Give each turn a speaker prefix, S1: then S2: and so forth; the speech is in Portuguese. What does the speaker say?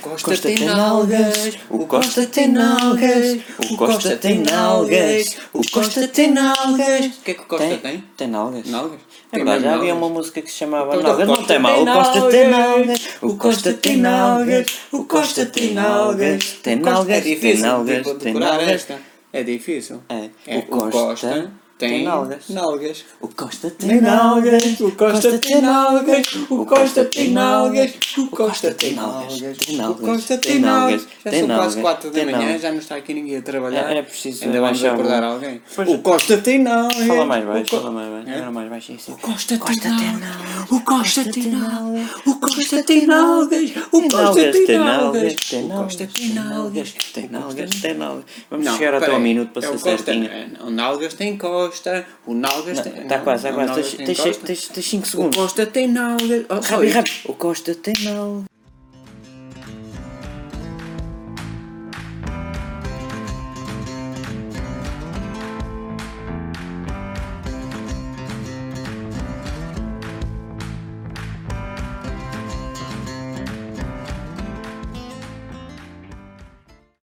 S1: Costa, tem nalgas, o Costa tem nalgas, o Costa tem nalgas, o Costa tem nalgas.
S2: O que é que o Costa tem?
S1: Tem nalgas.
S2: Nalgas?
S1: É
S2: Tem
S1: verdade,
S2: mesmo
S1: já havia uma
S2: nalgas?
S1: música que se chamava
S2: Então, o
S1: Nalgas. Não
S2: Costa
S1: tem mal,
S2: tem
S1: o Costa tem
S2: nalgas,
S1: nalgas, o Costa tem nalgas, o Costa tem nalgas, tem
S2: É
S1: nalgas, tem
S2: difícil
S1: nalgas,
S2: tipo,
S1: tem
S2: decorar
S1: nalgas.
S2: esta. É difícil.
S1: É.
S2: É,
S1: O Costa tem nalgas.
S2: nalgas.
S1: O Costa tem nalgas, o Costa tem nalgas, o Costa tem nalgas, o Costa tem nalgas, tem
S2: O
S1: nalgas,
S2: Costa tem nalgas. Já
S1: tem
S2: são
S1: nalgas,
S2: quase 4 da
S1: tem
S2: manhã,
S1: nalgas.
S2: já não está aqui ninguém a trabalhar.
S1: É, é preciso
S2: Ainda vamos
S1: arranjar um-
S2: acordar alguém.
S1: Pois é.
S2: O Costa tem nalgas.
S1: Fala mais baixo,
S2: é, O Co-
S1: fala mais baixo,
S2: É?
S1: agora mais assim. baixo isso.
S2: O Costa
S1: Costa
S2: tem
S1: tem
S2: nalgas. O Costa tem nalgas. O Costa tem
S1: tem
S2: nalgas. O Costa tem nalgas. O Costa tem nalgas.
S1: tem nalgas, tem
S2: O Costa
S1: nalgas,
S2: tem-
S1: tem nalgas. Vamos
S2: Não,
S1: chegar até
S2: peraí.
S1: ao minuto para
S2: É
S1: ser
S2: o Costa,
S1: certinho.
S2: é, O Nalgas tem Costa. O Nalgas tem.
S1: Está
S2: não,
S1: quase, está
S2: o
S1: quase,
S2: Nalgas
S1: tens-
S2: tem
S1: tens-
S2: Costa.
S1: tens 5
S2: O
S1: segundos. nou?
S2: Costa tem Nalgas. Oh, só
S1: Rápido,
S2: isto.
S1: rápido. O Costa tem nalgas.